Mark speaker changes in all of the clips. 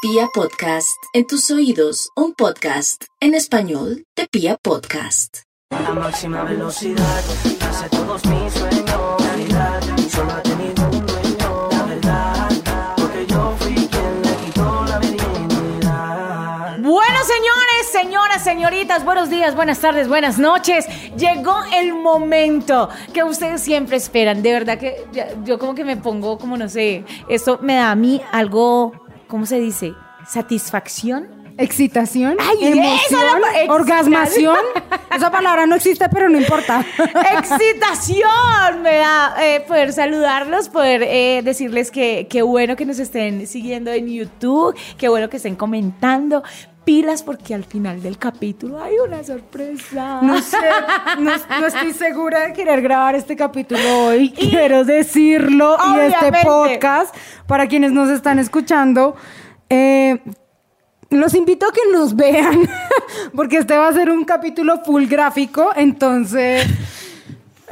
Speaker 1: Pia Podcast, en tus oídos, un podcast en español de Pia Podcast.
Speaker 2: La máxima velocidad hace todos mis sueños realidad. Solo ha tenido un dueño, la verdad. Porque yo fui quien le quitó la virginidad.
Speaker 3: Bueno, señores, señoras, señoritas, buenos días, buenas tardes, buenas noches. Llegó el momento que ustedes siempre esperan. De verdad que ya- yo como que me pongo, como no sé, esto me da a mí algo, ¿cómo se dice? Satisfacción.
Speaker 4: Excitación,
Speaker 3: Ay, esa era la
Speaker 4: emoción,
Speaker 3: pa- excitación.
Speaker 4: orgasmación. Esa palabra no existe, pero no importa.
Speaker 3: Excitación me da eh, poder saludarlos, poder eh, decirles que qué bueno que nos estén siguiendo en YouTube, qué bueno que estén comentando. Pilas porque al final del capítulo hay una sorpresa.
Speaker 4: No sé, no, no estoy segura de querer grabar este capítulo hoy. Quiero decirlo y
Speaker 3: Obviamente.
Speaker 4: este podcast para quienes nos están escuchando. eh, los invito a que nos vean, porque este va a ser un capítulo full gráfico, entonces.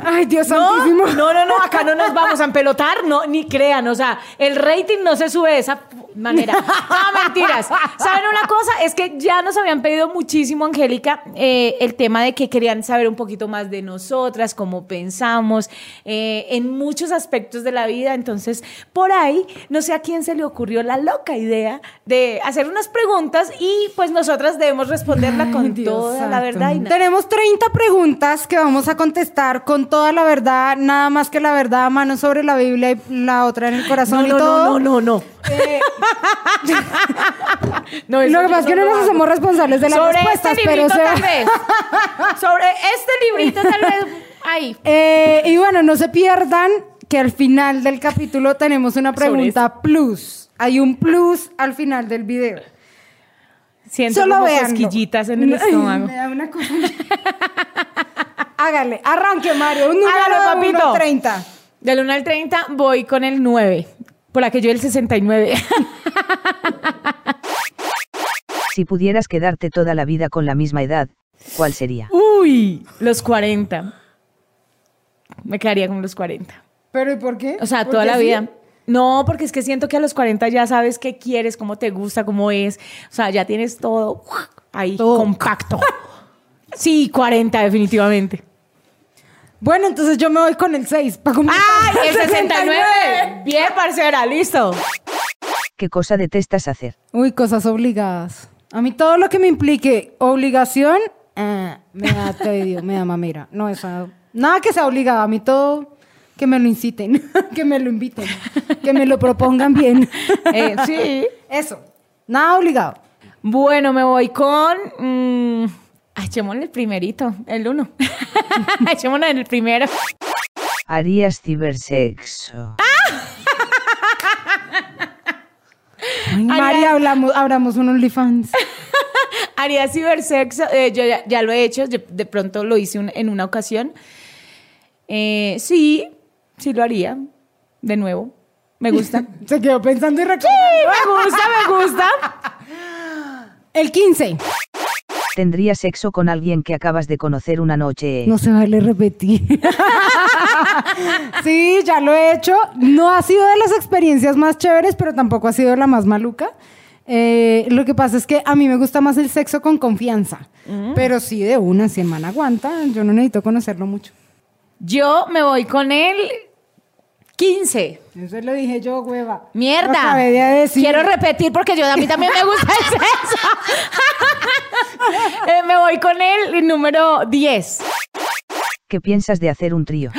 Speaker 4: Ay, Dios
Speaker 3: No,
Speaker 4: santísimo.
Speaker 3: no, no, no, acá no nos vamos a empelotar, no, ni crean, o sea, el rating no se sube de esa pu- manera. No, mentiras. ¿Saben una cosa? Es que ya nos habían pedido muchísimo, Angélica, eh, el tema de que querían saber un poquito más de nosotras, cómo pensamos, eh, en muchos aspectos de la vida. Entonces, por ahí, no sé a quién se le ocurrió la loca idea de hacer unas preguntas y pues nosotras debemos responderla
Speaker 4: Ay,
Speaker 3: con
Speaker 4: Dios
Speaker 3: toda la
Speaker 4: santo.
Speaker 3: verdad. Y nada.
Speaker 4: Tenemos 30 preguntas que vamos a contestar con toda la verdad, nada más que la verdad, mano sobre la Biblia y la otra en el corazón
Speaker 3: No,
Speaker 4: y
Speaker 3: no,
Speaker 4: todo.
Speaker 3: no, no, no, no. no eso
Speaker 4: Eh, Lo que pasa es que no
Speaker 3: lo
Speaker 4: nos
Speaker 3: hago.
Speaker 4: hacemos responsables de las
Speaker 3: Sobre
Speaker 4: respuestas,
Speaker 3: este
Speaker 4: pero
Speaker 3: librito
Speaker 4: se-
Speaker 3: tal vez. Sobre este librito tal vez. Ahí.
Speaker 4: Eh, y bueno, no se pierdan que al final del capítulo tenemos una
Speaker 3: Sobre
Speaker 4: pregunta plus. Hay un plus al final del video.
Speaker 3: Siento
Speaker 4: Solo
Speaker 3: como
Speaker 4: vean.
Speaker 3: cosquillitas en el estómago.
Speaker 4: Me da una cosa. Hágale, arranque Mario, un número
Speaker 3: Hágalo,
Speaker 4: de uno
Speaker 3: papito.
Speaker 4: a 30.
Speaker 3: Del 1 al 30 voy con el 9. Por aquello del 69.
Speaker 5: Si pudieras quedarte toda la vida con la misma edad, ¿cuál sería?
Speaker 3: Uy, los 40. Me quedaría con los 40.
Speaker 4: ¿Pero y por qué?
Speaker 3: O sea,
Speaker 4: ¿Por
Speaker 3: toda
Speaker 4: qué
Speaker 3: la
Speaker 4: sí?
Speaker 3: vida. No, porque es que siento que a los 40 ya sabes qué quieres, cómo te gusta, cómo es. O sea, ya tienes todo ahí
Speaker 4: Todo.
Speaker 3: compacto. Sí, 40 definitivamente.
Speaker 4: Bueno, entonces yo me voy con el 6 para completar.
Speaker 3: ¡Ay, el 69! Bien, parcera, listo.
Speaker 5: ¿Qué cosa detestas hacer?
Speaker 4: Uy, cosas obligadas. A mí todo lo que me implique obligación, eh, me da tedio, me da mamera. No, esa, nada que sea obligado. A mí todo que me lo inciten, que me lo inviten, que me lo propongan bien.
Speaker 3: Eh, sí.
Speaker 4: Eso, nada obligado.
Speaker 3: Bueno, me voy con. mm, ay, echémosle el primerito, el uno. echémosle el primero.
Speaker 5: Harías cibersexo.
Speaker 4: María, hablamos, abramos un OnlyFans.
Speaker 3: Haría cibersexo. eh, yo ya, ya lo he hecho. yo de pronto lo hice un- en una ocasión. Eh, sí, sí lo haría. De nuevo. Me gusta.
Speaker 4: Se quedó pensando y recordando.
Speaker 3: me gusta, me gusta.
Speaker 4: El 15.
Speaker 5: ¿Tendrías sexo con alguien que acabas de conocer una noche?
Speaker 4: No se vale repetir. sí, ya lo he hecho. No ha sido de las experiencias más chéveres, pero tampoco ha sido la más maluca. Eh, lo que pasa es que a mí me gusta más el sexo con confianza.
Speaker 3: Mm.
Speaker 4: Pero sí, de una semana aguanta. Yo no necesito conocerlo mucho.
Speaker 3: Yo me voy con el 15.
Speaker 4: Eso lo dije yo, hueva. Lo
Speaker 3: Mierda.
Speaker 4: acabé de decir.
Speaker 3: Quiero repetir porque yo a mí también me gusta el sexo. Eh, me voy con el número 10.
Speaker 5: ¿Qué piensas de hacer un trío?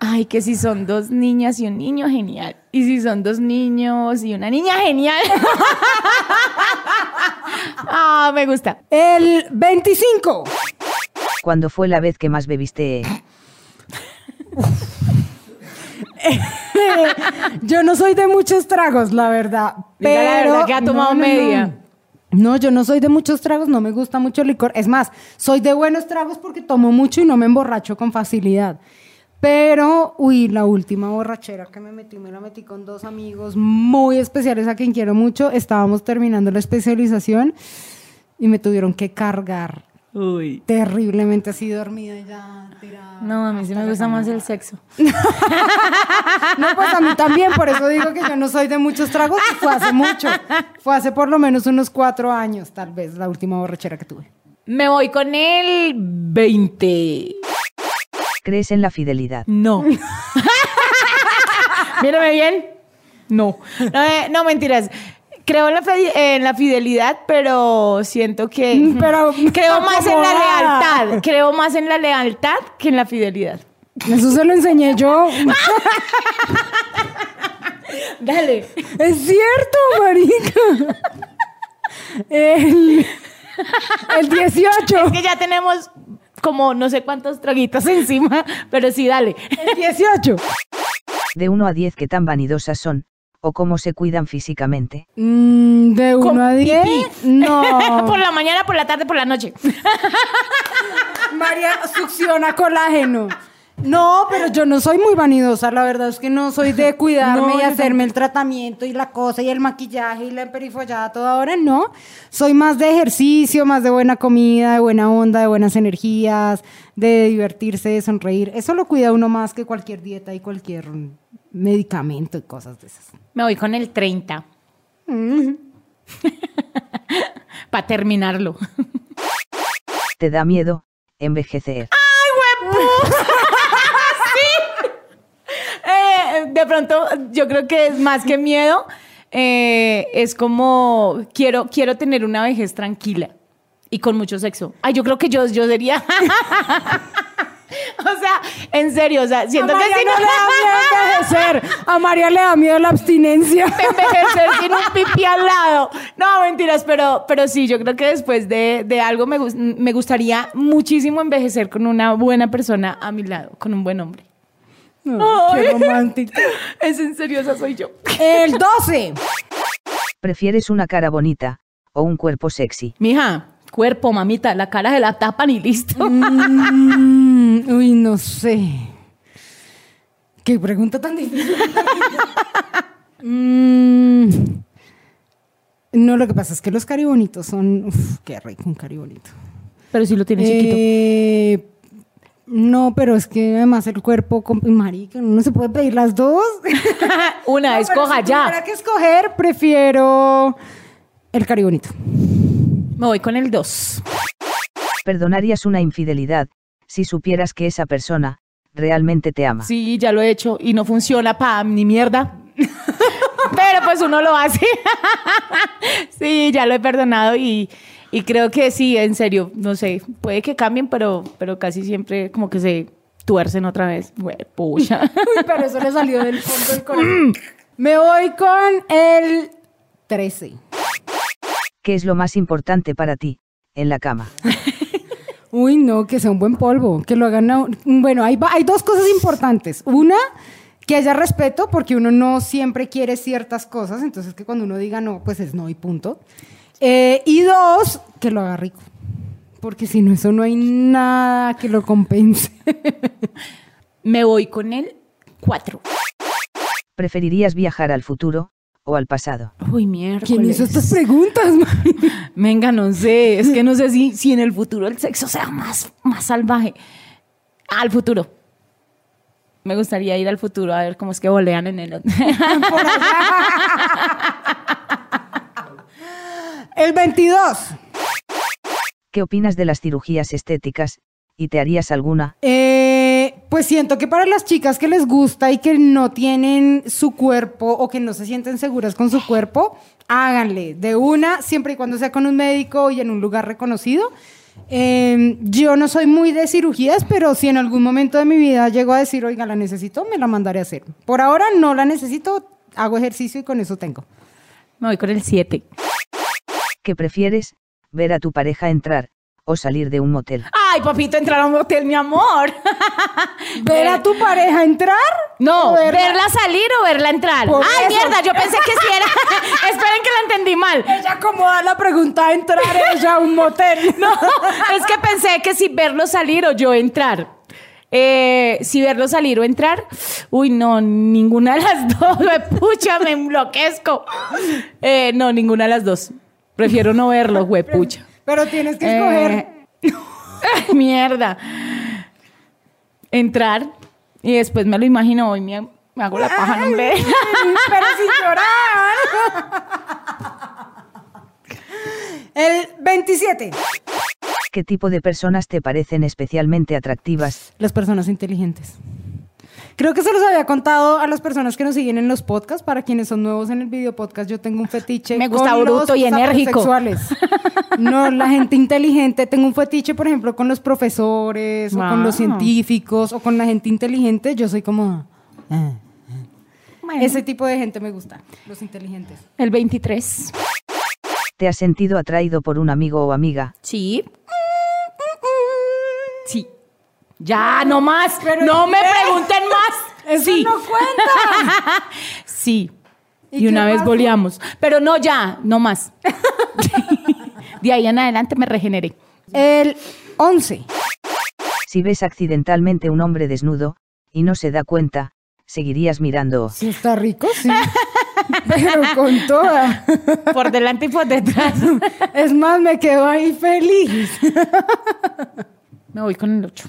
Speaker 3: Ay, que si son dos niñas y un niño, genial. Y si son dos niños y una niña, genial. Ah, me gusta.
Speaker 4: El 25.
Speaker 5: ¿Cuándo fue la vez que más bebiste?
Speaker 4: Yo no soy de muchos tragos, la verdad.
Speaker 3: Diga
Speaker 4: Pero
Speaker 3: la verdad, que ha tomado media.
Speaker 4: No. yo no soy de muchos tragos, no me gusta mucho el licor. Es más, soy de buenos tragos porque tomo mucho y no me emborracho con facilidad. Pero, uy, la última borrachera que me metí, me la metí con dos amigos muy especiales a quien quiero mucho. Estábamos terminando la especialización y me tuvieron que cargar
Speaker 3: Uy.
Speaker 4: Terriblemente así dormida ya, tirada.
Speaker 3: No, a mí sí me gusta más el sexo.
Speaker 4: No, pues a mí también, por eso digo que yo no soy de muchos tragos, y fue hace mucho. Fue hace por lo menos unos cuatro años, tal vez, la última borrachera que tuve.
Speaker 3: Me voy con el 20.
Speaker 5: ¿Crees en la fidelidad?
Speaker 3: No. Mírame bien. No. No, eh, no, mentiras. Creo en la, fe- en la fidelidad, pero siento que.
Speaker 4: Pero
Speaker 3: Creo más en la
Speaker 4: acomodada.
Speaker 3: lealtad. Creo más en la lealtad que en la fidelidad.
Speaker 4: Eso se lo enseñé yo.
Speaker 3: Dale.
Speaker 4: Es cierto, marica. El, el 18.
Speaker 3: Es que ya tenemos como no sé cuántos traguitos encima, pero sí, dale.
Speaker 4: El 18.
Speaker 5: De 1 a 10 que tan vanidosas son, o cómo se cuidan físicamente.
Speaker 4: Mm, de 1 a 10.
Speaker 3: por
Speaker 4: No.
Speaker 3: la mañana, por la tarde, por la noche.
Speaker 4: María succiona colágeno. No, pero yo no soy muy vanidosa, la verdad es que no soy de cuidarme
Speaker 3: No,
Speaker 4: y
Speaker 3: yo
Speaker 4: hacerme el tratamiento y la cosa y el maquillaje y la emperifollada toda hora, no. Soy más de ejercicio, más de buena comida, de buena onda, de buenas energías, de divertirse, de sonreír. Eso lo cuida uno más que cualquier dieta y cualquier medicamento y cosas de esas.
Speaker 3: Me voy con el 30. Para terminarlo.
Speaker 5: ¿Te da miedo envejecer?
Speaker 3: Eh, de pronto, yo creo que es más que miedo. eh, es como quiero, quiero tener una vejez tranquila y con mucho sexo. Ay, yo creo que yo, yo sería. o sea, en serio, o sea, siento
Speaker 4: a
Speaker 3: que
Speaker 4: María
Speaker 3: si
Speaker 4: no
Speaker 3: no
Speaker 4: le da miedo envejecer. A María le da miedo la abstinencia.
Speaker 3: envejecer sin un pipi al lado. No, mentiras, pero, pero sí, yo creo que después de, de algo me, gus- me gustaría muchísimo envejecer con una buena persona a mi lado, con un buen hombre.
Speaker 4: No, qué
Speaker 3: Ay.
Speaker 4: romántico.
Speaker 3: Es en serio, esa soy yo.
Speaker 4: El 12.
Speaker 5: ¿Prefieres una cara bonita, o un cuerpo sexy?
Speaker 3: Mija, cuerpo, mamita, la cara se la tapan y listo.
Speaker 4: Mm, uy, no sé. Qué pregunta tan difícil. Mm, no, lo que pasa es que los caribonitos son. Uf, qué rico un caribonito.
Speaker 3: Pero sí lo tiene chiquito.
Speaker 4: Eh, No, pero es que además el cuerpo, con- marica, no se puede pedir las dos.
Speaker 3: Una,
Speaker 4: No, pero
Speaker 3: escoja
Speaker 4: si
Speaker 3: ya.
Speaker 4: tuviera que escoger, prefiero el caribonito.
Speaker 3: Me voy con el 2.
Speaker 5: ¿Perdonarías una infidelidad, si supieras que esa persona, realmente te ama?
Speaker 3: Sí, ya lo he hecho y no funciona, pam, ni mierda. Pero pues uno lo hace. sí, ya lo he perdonado y, y creo que sí, en serio, no sé, puede que cambien, pero, pero casi siempre como que se tuercen otra vez. Güey, pucha.
Speaker 4: Uy, pero eso le salió del fondo del corazón. Me voy con el 13.
Speaker 5: ¿Qué es lo más importante para ti, en la cama?
Speaker 4: Uy, no, que sea un buen polvo, que lo hagan... a un- Bueno, hay, va- hay dos cosas importantes. Una, que haya respeto, porque uno no siempre quiere ciertas cosas, entonces que cuando uno diga no, pues es no y punto. Eh, y dos, que lo haga rico, porque si no, eso no hay nada que lo compense.
Speaker 3: Me voy con el 4.
Speaker 5: ¿Preferirías viajar al futuro, o al pasado?
Speaker 3: Uy, mierda.
Speaker 4: ¿Quién hizo estas preguntas? Mari?
Speaker 3: Venga, no sé, es que no sé si, si en el futuro el sexo sea más, más salvaje. Al futuro. Me gustaría ir al futuro a ver cómo es que volean en el...
Speaker 4: El 22.
Speaker 5: ¿Qué opinas de las cirugías estéticas, y te harías alguna?
Speaker 4: Eh, pues siento que para las chicas que les gusta y que no tienen su cuerpo o que no se sienten seguras con su cuerpo, háganle de una, siempre y cuando sea con un médico y en un lugar reconocido. Eh, yo no soy muy de cirugías, pero si en algún momento de mi vida llego a decir, oiga, la necesito, me la mandaré a hacer. Por ahora no la necesito, hago ejercicio y con eso tengo.
Speaker 3: Me voy con el 7.
Speaker 5: ¿Qué prefieres, ver a tu pareja entrar, o salir de un motel?
Speaker 3: Ay, papito, entrar a un hotel, mi amor.
Speaker 4: ¿Ver a tu pareja entrar?
Speaker 3: No,
Speaker 4: o
Speaker 3: verla.
Speaker 4: verla-
Speaker 3: salir o verla entrar.
Speaker 4: Por
Speaker 3: Ay,
Speaker 4: eso.
Speaker 3: mierda, yo pensé que sí era. Esperen que la entendí mal.
Speaker 4: Ella acomoda la pregunta, entrar ella a un motel.
Speaker 3: No, es que pensé que si verlo salir o yo entrar. Eh, si verlo salir o entrar, uy, no, ninguna de las dos, me pucha, me enloquezco. Eh, no, ninguna de las dos. Prefiero no verlo, güey, pucha.
Speaker 4: Pero tienes que
Speaker 3: Eh,
Speaker 4: escoger.
Speaker 3: Ay, Mierda. Entrar y después me lo imagino hoy me me hago la paja, no, hombre.
Speaker 4: Pero sin llorar. El 27.
Speaker 5: ¿Qué tipo de personas te parecen especialmente atractivas?
Speaker 4: Las personas inteligentes. Creo que se los había contado a las personas que nos siguen en los podcasts. Para quienes son nuevos en el video podcast, yo tengo un fetiche.
Speaker 3: Me gusta
Speaker 4: con
Speaker 3: bruto
Speaker 4: los
Speaker 3: y enérgico.
Speaker 4: sexuales. No, la gente inteligente. Tengo un fetiche, por ejemplo, con los profesores, o con los
Speaker 3: Wow.
Speaker 4: científicos, o con la gente inteligente. Yo soy como. ah. Ese tipo de gente me gusta. Los inteligentes.
Speaker 3: El 23.
Speaker 5: ¿Te has sentido atraído por un amigo o amiga?
Speaker 3: Sí. Sí. Ya, no más. no me pregunten más.
Speaker 4: Eso
Speaker 3: sí.
Speaker 4: no cuenta.
Speaker 3: sí.
Speaker 4: ¿Y
Speaker 3: Y,
Speaker 4: qué
Speaker 3: una vez
Speaker 4: pasó?
Speaker 3: boleamos. Pero no, ya, no más. De ahí en adelante me regeneré.
Speaker 4: El 11.
Speaker 5: Si ves accidentalmente un hombre desnudo, y no se da cuenta, seguirías mirando.
Speaker 4: Si está rico, sí. Pero con toda.
Speaker 3: Por delante y por detrás.
Speaker 4: Es más, me quedo ahí feliz.
Speaker 3: Me voy con el 8.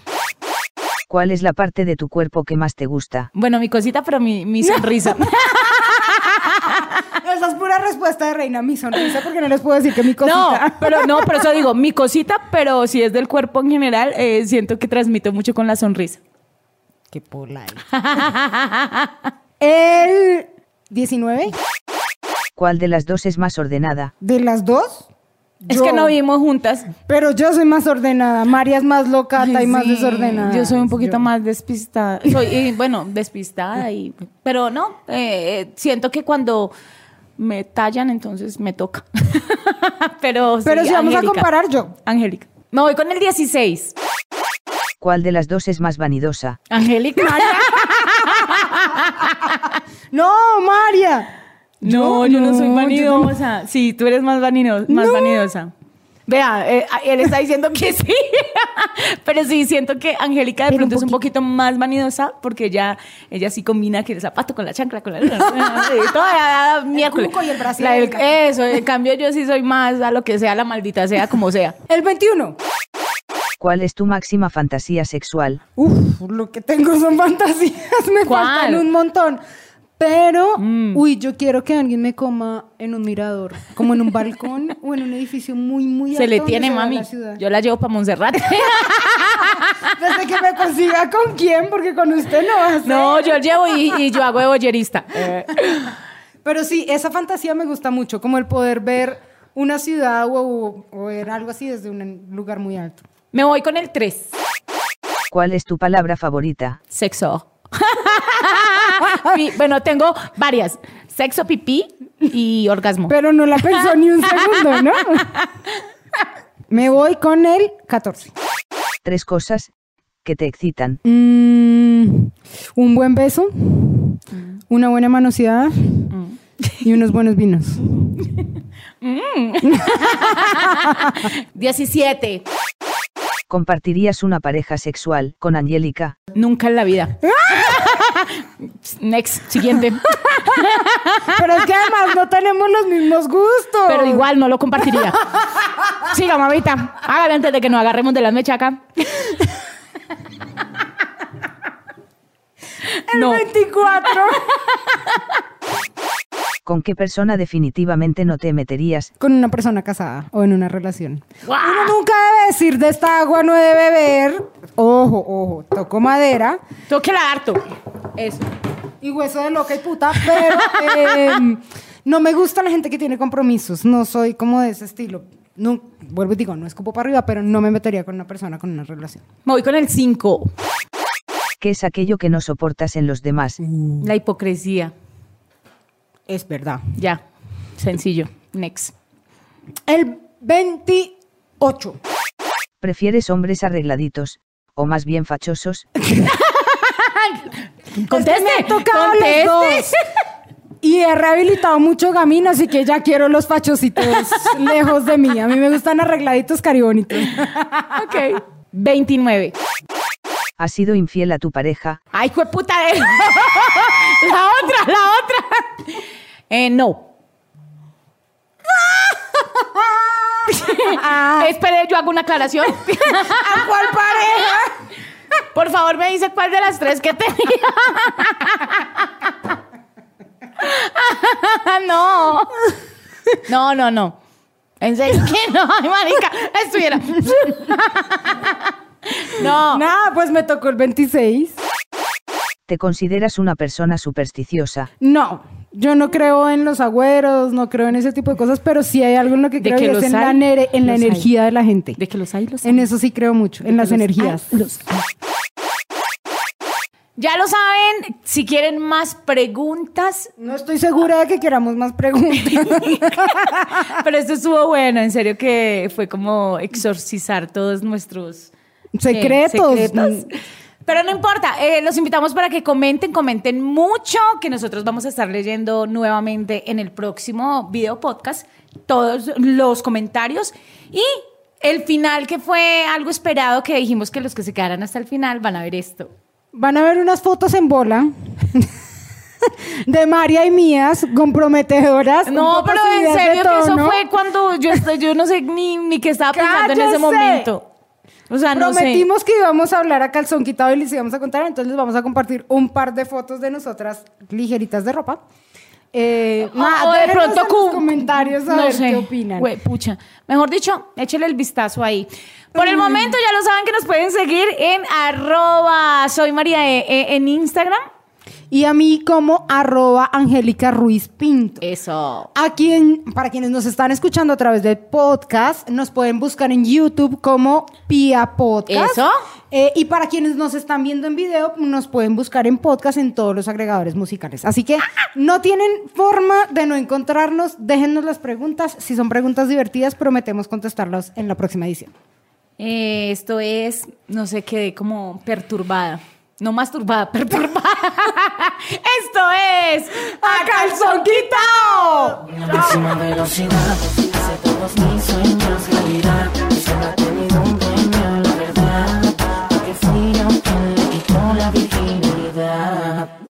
Speaker 5: ¿Cuál es la parte de tu cuerpo que más te gusta?
Speaker 3: Bueno, mi cosita, pero mi, mi sonrisa.
Speaker 4: Esa es pura respuesta de reina, mi sonrisa, porque no les puedo decir que mi
Speaker 3: No,
Speaker 4: cosita.
Speaker 3: pero no, por eso digo, mi cosita, pero si es del cuerpo en general, eh, siento que transmito mucho con la sonrisa.
Speaker 4: Qué polar. El 19
Speaker 5: ¿Cuál de las dos es más ordenada?
Speaker 4: de las dos.
Speaker 3: Es
Speaker 4: yo.
Speaker 3: que no vimos juntas.
Speaker 4: Pero yo soy más ordenada. María es más locata
Speaker 3: Ay,
Speaker 4: y más
Speaker 3: sí.
Speaker 4: desordenada.
Speaker 3: Yo soy un poquito
Speaker 4: Yo-
Speaker 3: más despistada. Soy, y, bueno, despistada y... Pero no, eh, eh, siento que cuando me tallan, entonces me toca. pero sí,
Speaker 4: Pero si vamos
Speaker 3: Angélica.
Speaker 4: a comparar, yo.
Speaker 3: Angélica. Me voy con el 16.
Speaker 5: ¿Cuál de las dos es más vanidosa?
Speaker 3: Angélica.
Speaker 4: No, María.
Speaker 3: No, yo, no, soy
Speaker 4: yo
Speaker 3: vanidosa. Sí, tú eres más, vanino- más vanidosa. Vea, eh, él está diciendo que sí. Pero sí, siento que Angélica de
Speaker 4: Pero un
Speaker 3: pronto es un poquito más vanidosa porque ella, ella sí combina que el zapato con la chancla, con la... sí, toda la miércoles.
Speaker 4: cuco y el brasier
Speaker 3: La del-
Speaker 4: y el café.
Speaker 3: eso, en cambio yo sí soy más a lo que sea, la maldita sea, como sea.
Speaker 4: El 21.
Speaker 5: ¿Cuál es tu máxima fantasía sexual?
Speaker 4: Uf, lo que tengo son fantasías, me
Speaker 3: ¿Cuál? Mm.
Speaker 4: faltan un montón. Pero, uy, yo quiero que alguien me coma en un mirador, como en un balcón o en un edificio muy, muy alto.
Speaker 3: Se le
Speaker 4: donde
Speaker 3: tiene,
Speaker 4: se vea
Speaker 3: mami.
Speaker 4: la ciudad.
Speaker 3: yo la llevo para Montserrat.
Speaker 4: Desde que me consiga con quién, porque con usted no va a ser.
Speaker 3: no, yo llevo y, y yo hago de boyerista.
Speaker 4: Eh. Pero sí, esa fantasía me gusta mucho, como el poder ver una ciudad o, o- o ver algo así desde un lugar muy alto.
Speaker 3: Me voy con el 3.
Speaker 5: ¿Cuál es tu palabra favorita?
Speaker 3: Sexo. Pi- bueno, tengo varias. Sexo, pipí y orgasmo.
Speaker 4: Pero no la pensó ni un segundo, ¿no? Me voy con el 14.
Speaker 5: Tres cosas que te excitan.
Speaker 4: Mm, un buen beso,
Speaker 3: Mm.
Speaker 4: una buena manoseada y unos buenos vinos.
Speaker 3: 17.
Speaker 5: ¿Compartirías una pareja sexual con Angélica?
Speaker 3: Nunca en la vida. Next, siguiente.
Speaker 4: Pero es que además no tenemos los mismos gustos.
Speaker 3: Pero igual no lo compartiría. Siga, mamita. Hágale antes de que nos agarremos de las mechas acá. No.
Speaker 4: 24.
Speaker 5: ¿Con qué persona definitivamente no te meterías?
Speaker 4: Con una persona casada o en una relación.
Speaker 3: ¡Guau!
Speaker 4: Uno nunca debe decir de esta agua no debe beber. Ojo, ojo, toco madera.
Speaker 3: Tengo que lagarto. Eso.
Speaker 4: y hueso de loca y puta, pero eh, no me gusta la gente que tiene compromisos. No soy como de ese estilo. No, vuelvo y digo, no escupo para arriba, pero no me metería con una persona con una relación.
Speaker 3: Me voy con el 5.
Speaker 5: ¿Qué es aquello que no soportas en los demás?
Speaker 3: La hipocresía.
Speaker 4: Es verdad.
Speaker 3: Ya. Sencillo. Next.
Speaker 4: El 28.
Speaker 5: ¿Prefieres hombres arregladitos, o más bien fachosos?
Speaker 3: Conteste.
Speaker 4: me han tocado los
Speaker 3: conteste.
Speaker 4: dos. Y he rehabilitado mucho gamín, así que ya quiero los fachositos lejos de mí. A mí me gustan arregladitos caribonitos.
Speaker 3: Ok. 29.
Speaker 5: ¿Has sido infiel a tu pareja?
Speaker 3: Ay, jueputa de. la otra, la otra. Eh, no. Espere, yo hago una aclaración.
Speaker 4: ¿A cuál pareja?
Speaker 3: Por favor, me dice cuál de las tres que tenía. no. No, no, no. En serio que no, ay, marica, estuviera. no.
Speaker 4: Nada, pues me tocó el 26.
Speaker 5: ¿Te consideras una persona supersticiosa?
Speaker 4: No, yo no creo en los agüeros, no creo en ese tipo de cosas, pero sí hay algo en lo que
Speaker 3: De
Speaker 4: creo
Speaker 3: que
Speaker 4: y es
Speaker 3: los
Speaker 4: en la,
Speaker 3: hay,
Speaker 4: nere- en la
Speaker 3: los hay.
Speaker 4: energía de la gente.
Speaker 3: De que los hay, los hay.
Speaker 4: En eso sí creo mucho, en las
Speaker 3: Los hay,
Speaker 4: energías.
Speaker 3: los hay. Ya lo saben, si quieren más preguntas,
Speaker 4: No estoy segura de que queramos más preguntas.
Speaker 3: pero esto estuvo bueno, en serio que fue como exorcizar todos nuestros
Speaker 4: Secretos. Mm.
Speaker 3: ¿Qué? Secretos. Pero no importa, eh, los invitamos para que comenten, comenten mucho, que nosotros vamos a estar leyendo nuevamente en el próximo video podcast todos los comentarios y el final que fue algo esperado que dijimos que los que se quedaran hasta el final van a ver esto.
Speaker 4: Van a ver unas fotos en bola de María y mías, comprometedoras.
Speaker 3: No,
Speaker 4: un poco
Speaker 3: pero en
Speaker 4: subidas de
Speaker 3: serio que eso
Speaker 4: tono.
Speaker 3: fue cuando yo, estoy- yo no sé ni, ni qué estaba pensando en ese
Speaker 4: ¡Cállese!
Speaker 3: momento. O sea, no sé.
Speaker 4: Prometimos que íbamos a hablar a calzón quitado y les íbamos a contar, entonces les vamos a compartir un par de fotos de nosotras ligeritas de ropa. Eh,
Speaker 3: O-
Speaker 4: nada,
Speaker 3: o de
Speaker 4: déjenos
Speaker 3: pronto
Speaker 4: en los
Speaker 3: cu-
Speaker 4: comentarios a
Speaker 3: no
Speaker 4: ver
Speaker 3: sé.
Speaker 4: qué opinan.
Speaker 3: Güey, pucha. Mejor dicho, échale el vistazo ahí. Por
Speaker 4: Mm.
Speaker 3: el momento ya lo saben que nos pueden seguir en arroba soy María E, E en Instagram.
Speaker 4: Y a mí como arroba Angélica Ruiz Pinto.
Speaker 3: Eso.
Speaker 4: A quien, para quienes nos están escuchando a través del podcast, nos pueden buscar en YouTube como Pia Podcast.
Speaker 3: Eso.
Speaker 4: Eh, y para quienes nos están viendo en video, nos pueden buscar en podcast en todos los agregadores musicales. Así que no tienen forma de no encontrarnos. Déjennos las preguntas. Si son preguntas divertidas, prometemos contestarlas en la próxima edición.
Speaker 3: Eh, esto es, no sé, quedé como perturbada. No más turbada, perturbada. esto es A Calzón Quitado.
Speaker 2: Máxima velocidad, hace todos mis sueños realidad.